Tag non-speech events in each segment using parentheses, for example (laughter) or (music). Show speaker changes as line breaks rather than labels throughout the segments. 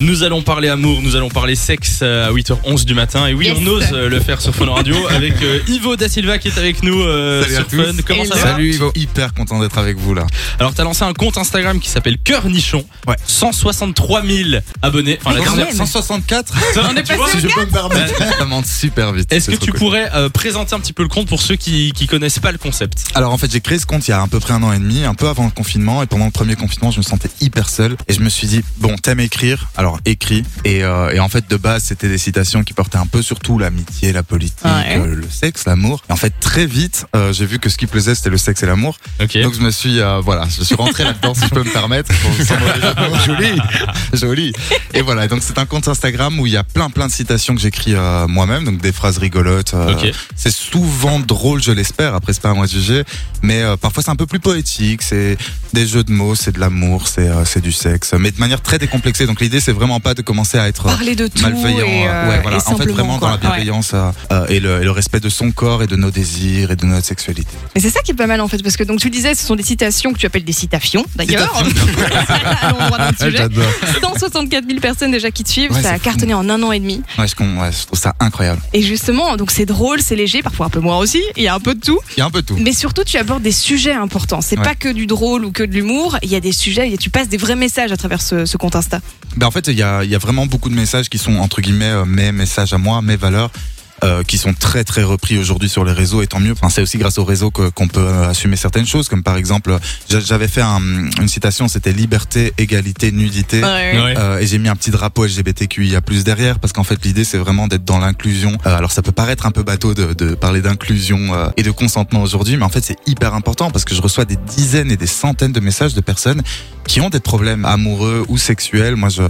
Nous allons parler amour, nous allons parler sexe euh, à 8h11 du matin. Et oui,
Yes.
on ose euh, le faire sur Fun
(laughs)
Radio avec euh, Ivo Da Silva qui est avec nous euh,
Salut à
sur
tous.
Fun. Comment ça
Hello.
va
Salut Ivo, hyper content d'être avec vous là.
Alors, t'as lancé un compte Instagram qui s'appelle Cœur Nichon.
Ouais.
163 000 abonnés. Enfin, la
Mais quand
dernière.
même.
(laughs)
164
Ça, tu vois,
Si je peux me permettre. Ça monte super vite.
Est-ce
c'est
que
trop
tu
cool.
pourrais euh, présenter un petit peu le compte pour ceux qui, qui connaissent pas le concept
Alors en fait j'ai créé ce compte il y a à peu près un an et demi, un peu avant le confinement et pendant le premier confinement je me sentais hyper seul et je me suis dit bon t'aimes écrire alors écris et, euh, et en fait de base c'était des citations qui portaient un peu surtout l'amitié, la politique,
Ouais.
euh, le sexe, l'amour et en fait très vite euh, j'ai vu que ce qui plaisait c'était le sexe et l'amour
Ok.
donc je me suis euh, voilà je suis rentré là-dedans si je peux me permettre pour- sans mauvais jeu de mots. joli Joli. Et voilà, donc c'est un compte Instagram où il y a plein plein de citations que j'écris euh, moi-même, donc des phrases rigolotes. euh,
Ok.
C'est souvent drôle, je l'espère, après c'est pas à moi de juger, mais euh, parfois c'est un peu plus poétique, c'est des jeux de mots, c'est de l'amour, c'est euh, c'est du sexe, mais de manière très décomplexée. Donc l'idée c'est vraiment pas de commencer à être euh,
parler de tout
malveillant,
et,
euh,
euh,
ouais, voilà.
et
en fait
simplement,
vraiment
quoi.
dans la
Ouais.
bienveillance euh, euh, et, le, et le respect de son corps et de nos désirs et de notre sexualité.
Mais c'est ça qui est pas mal en fait, parce que donc tu le disais, ce sont des citations que tu appelles des citations d'ailleurs. (laughs) Allons droit dans le sujet.
J'adore.
164 000 personnes déjà qui te suivent,
Ouais,
ça
c'est
a
fou.
cartonné en un an et demi.
Ouais, je, con- ouais, je trouve ça incroyable.
Et justement, donc c'est drôle, c'est léger, parfois un peu moins aussi, il y a un peu de tout.
Il y a un peu de tout.
Mais surtout, tu abordes des sujets importants. C'est
Ouais.
pas que du drôle ou que de l'humour, il y a des sujets, et tu passes des vrais messages à travers ce, ce compte Insta.
Ben en fait, il y a, il y a vraiment beaucoup de messages qui sont, entre guillemets, euh, mes messages à moi, mes valeurs. euh, qui sont très très repris aujourd'hui sur les réseaux et tant mieux. Enfin, c'est aussi grâce aux réseaux que- qu'on peut euh, assumer certaines choses, comme par exemple, euh, j'a- j'avais fait un- une citation, c'était liberté, égalité, nudité.
Ouais.
Euh, et j'ai mis un petit drapeau LGBTQIA+ derrière parce qu'en fait l'idée c'est vraiment d'être dans l'inclusion. Euh, alors ça peut paraître un peu bateau de, de parler d'inclusion euh, et de consentement aujourd'hui, mais en fait c'est hyper important parce que je reçois des dizaines et des centaines de messages de personnes qui ont des problèmes amoureux ou sexuels. Moi je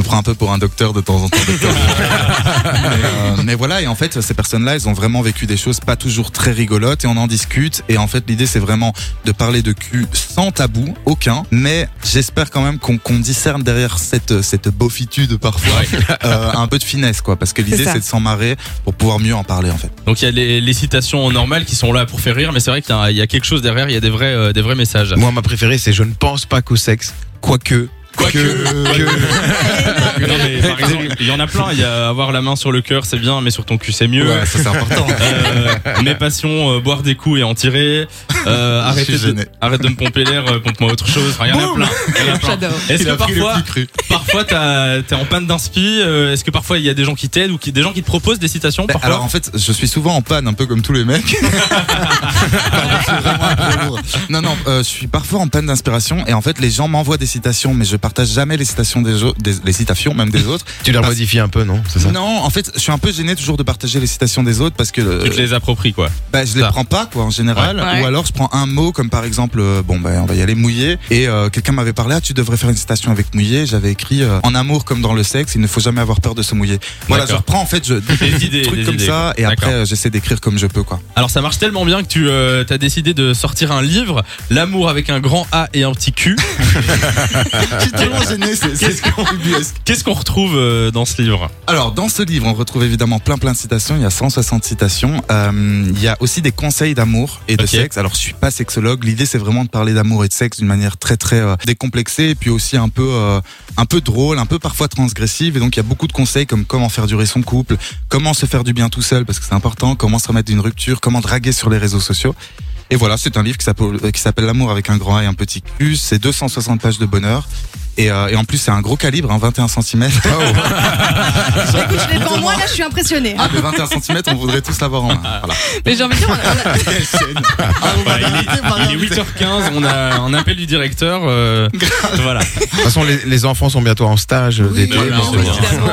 je me prends un peu pour un docteur de temps en temps. docteur. mais, euh, mais voilà, et en fait, ces personnes-là, elles ont vraiment vécu des choses pas toujours très rigolotes et on en discute. Et en fait, l'idée, c'est vraiment de parler de cul sans tabou, aucun. Mais j'espère quand même qu'on qu'on discerne derrière cette, cette beaufitude parfois (laughs) euh, un peu de finesse, quoi. Parce que l'idée,
C'est ça.
c'est de s'en marrer pour pouvoir mieux en parler, en fait.
Donc, il y a les, les citations normales qui sont là pour faire rire, mais c'est vrai qu'il y, a un- il y a quelque chose derrière, il y a des vrais, euh, des vrais messages.
Moi, ma préférée, c'est Je ne pense pas qu'au sexe, quoique.
Non,
que-
(laughs)
mais par exemple, il y en a plein. Il y a avoir la main sur le cœur, c'est bien, mais sur ton cul, c'est mieux.
Ouais, ça, c'est important.
Euh, mes passions, euh, boire des coups et en tirer. Euh,
Je
arrêtez
suis
de,
gêné.
arrête de me pomper l'air, euh, pompe-moi autre chose. Enfin, il y en a plein. il y en a plein.
(laughs) J'adore.
Est-ce
Il
que
a pris le
parfois,
plus cru.
parfois t'as- t'es en panne d'inspi euh, Est-ce que parfois il y a des gens qui t'aident ou qui, des gens qui te proposent des citations
Ben,
parfois
alors en fait, je suis souvent en panne, un peu comme tous les mecs. (laughs) Pardon, je suis vraiment un peu lourd. non, non, euh, je suis parfois en panne d'inspiration et en fait, les gens m'envoient des citations, mais je partage jamais les citations des, au- des- les citations même des autres.
Tu la modifies un peu, non C'est ça
Non, en fait, je suis un peu gêné toujours de partager les citations des autres parce que euh,
Tu te les appropries quoi.
bah, je les
Ça.
prends pas quoi en général.
Ouais. Ouais.
Ou alors je prends un mot comme par exemple, euh, bon ben on va y aller mouillé. Et euh, quelqu'un m'avait parlé, ah tu devrais faire une citation avec mouillé. J'avais écrit euh, en amour comme dans le sexe, il ne faut jamais avoir peur de se mouiller. Voilà, je
D'accord.
reprends en fait je,
(laughs) Des idées,
trucs
des
comme
idées,
ça et
D'accord.
après euh, j'essaie d'écrire comme je peux quoi.
Alors ça marche tellement bien que tu euh, as décidé de sortir un livre, L'amour avec un grand A et un petit (laughs) Q.
tellement gêné, c'est
Qu'est-ce qu'on qu'est-ce qu'on retrouve euh, dans ce livre
Alors, dans ce livre, on retrouve évidemment plein plein de citations. Il y a 160 citations. Euh, il y a aussi des conseils d'amour et de
Ok.
sexe. Alors, je suis pas sexologue. L'idée, c'est vraiment de parler d'amour et de sexe d'une manière très très euh, décomplexée et puis aussi un peu euh, un peu drôle, un peu parfois transgressive. Et donc, il y a beaucoup de conseils comme comment faire durer son couple, comment se faire du bien tout seul parce que c'est important, comment se remettre d'une rupture, comment draguer sur les réseaux sociaux. Et voilà, c'est un livre qui s'appelle euh, qui s'appelle L'amour avec un grand A et un petit Q. C'est 260 pages de bonheur. Et, euh, et en plus, c'est un gros calibre, hein, 21 cm.
Écoute, je l'ai devant moi, là je suis impressionnée. hein.
Ah, de 21 cm, on voudrait tous l'avoir en main. Voilà.
Mais j'ai envie de dire, on a- on a-
Bah, il, est, il est 8h15, on a un appel du directeur. euh, (laughs) voilà.
De toute façon, les, les enfants sont bientôt en stage. euh,
Oui,
d'été,
Non,
oui,
donc,
non,
euh,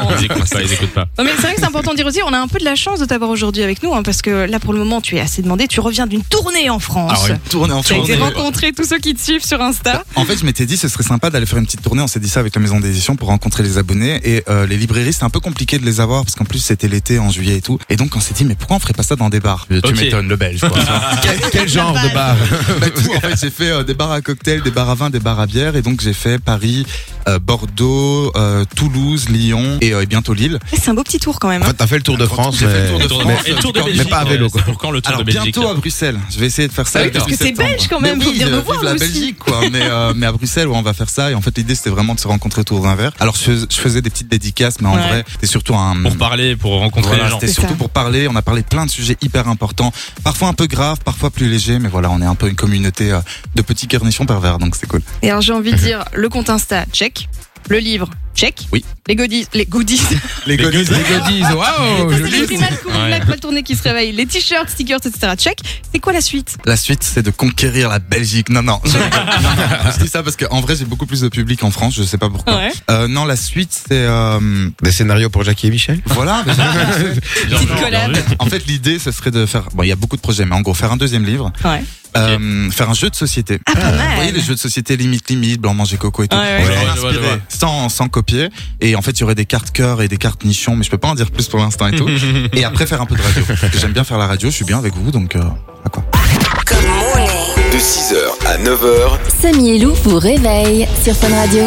non,
évidemment.
ils écoutent pas, ils écoutent pas.
Non mais c'est vrai que c'est important de dire aussi, on a un peu de la chance de t'avoir aujourd'hui avec nous, hein, parce que là pour le moment tu es assez demandé, tu reviens d'une tournée en France.
Alors, une tournée Bah, en
Tu as
France.
été
tournée.
rencontrer tous ceux qui te suivent sur Insta.
En fait, je m'étais dit, ce serait sympa d'aller faire une petite tournée. On s'est dit ça avec la maison d'édition pour rencontrer les abonnés. Et euh, les librairies, c'était un peu compliqué de les avoir parce qu'en plus, c'était l'été, en juillet et tout. Et donc, on s'est dit, mais pourquoi on ferait pas ça dans des bars
Tu
Ok.
m'étonnes,
(laughs)
le belge. quoi. quel,
Ah,
quel genre de bar
Bah, tout, En fait, j'ai fait euh, des bars à cocktails, des bars à vin, des bars à bière. Et donc, j'ai fait Paris, euh, Bordeaux, euh, Toulouse, Lyon et, euh, et bientôt Lille.
Eh, C'est un beau petit tour quand même.
En
hein.
fait, t'as fait le tour de France.
J'ai fait le
mais-
tour de
Tour de
France,
France et Tour de
mais
Belgique.
pas à vélo,
ouais,
quoi.
c'est Pour quand le tour
Alors
de Belgique
bientôt à Bruxelles, je vais essayer de faire ça.
Ah oui,
le
parce
que
17
t'es belge
septembre.
quand même,
Mais
faut
oui, euh,
venir nous
vive
voir
la
aussi. (laughs)
Belgique quoi. Mais, euh, mais à Bruxelles, ouais, on va faire ça. Et en fait, l'idée c'était vraiment de se rencontrer autour d'un verre. Alors je, je faisais des petites dédicaces, mais en
Ouais.
vrai, c'était surtout un
Pour parler, pour rencontrer
voilà,
les gens.
c'était
C'est
surtout
ça.
pour parler. On a parlé de plein de sujets hyper importants, parfois un peu graves, parfois plus légers, mais voilà, on est un peu une communauté euh, de petits cornichons pervers, donc c'est cool.
Et alors j'ai envie de dire, le compte Insta, check. Le livre, check.
Oui.
Les goodies, les goodies.
Les
goodies.
goodies.
goodies,
hein.
waouh,
Ça, (laughs) c'est
joli.
le petit mal cool,
Ouais.
mal- mal tourné qui se réveille. Les t-shirts, stickers, etc. Check. C'est quoi la suite
La suite, c'est de conquérir la Belgique. Non, non. Je, (laughs) je dis ça parce qu'en vrai, j'ai beaucoup plus de public en France. Je sais pas pourquoi. Euh, non, la suite, c'est euh,
Des scénarios pour Jackie et Michel
voilà. mais j'ai-
Bien joué,
collab.
bien joué.
en fait, l'idée, ce serait de faire. Bon, il y a beaucoup de projets, mais en gros, faire un deuxième livre,
Ouais.
euh, faire un jeu de société.
Ah, pas
Vous voyez
mal.
les jeux de société limite limite, blanc manger coco et tout.
Ouais, ouais.
Ouais,
Genre
je vois, je
inspiré,
vois.
sans sans copier. Et en fait, il y aurait des cartes cœur et des cartes nichons, mais je peux pas en dire plus pour
(laughs)
l'instant et tout. et après, faire un peu de radio. Parce que J'aime bien faire la radio. Je suis bien avec vous, donc. euh, à quoi
De 6h à 9h,
Samy et Lou vous réveille sur Fun Radio.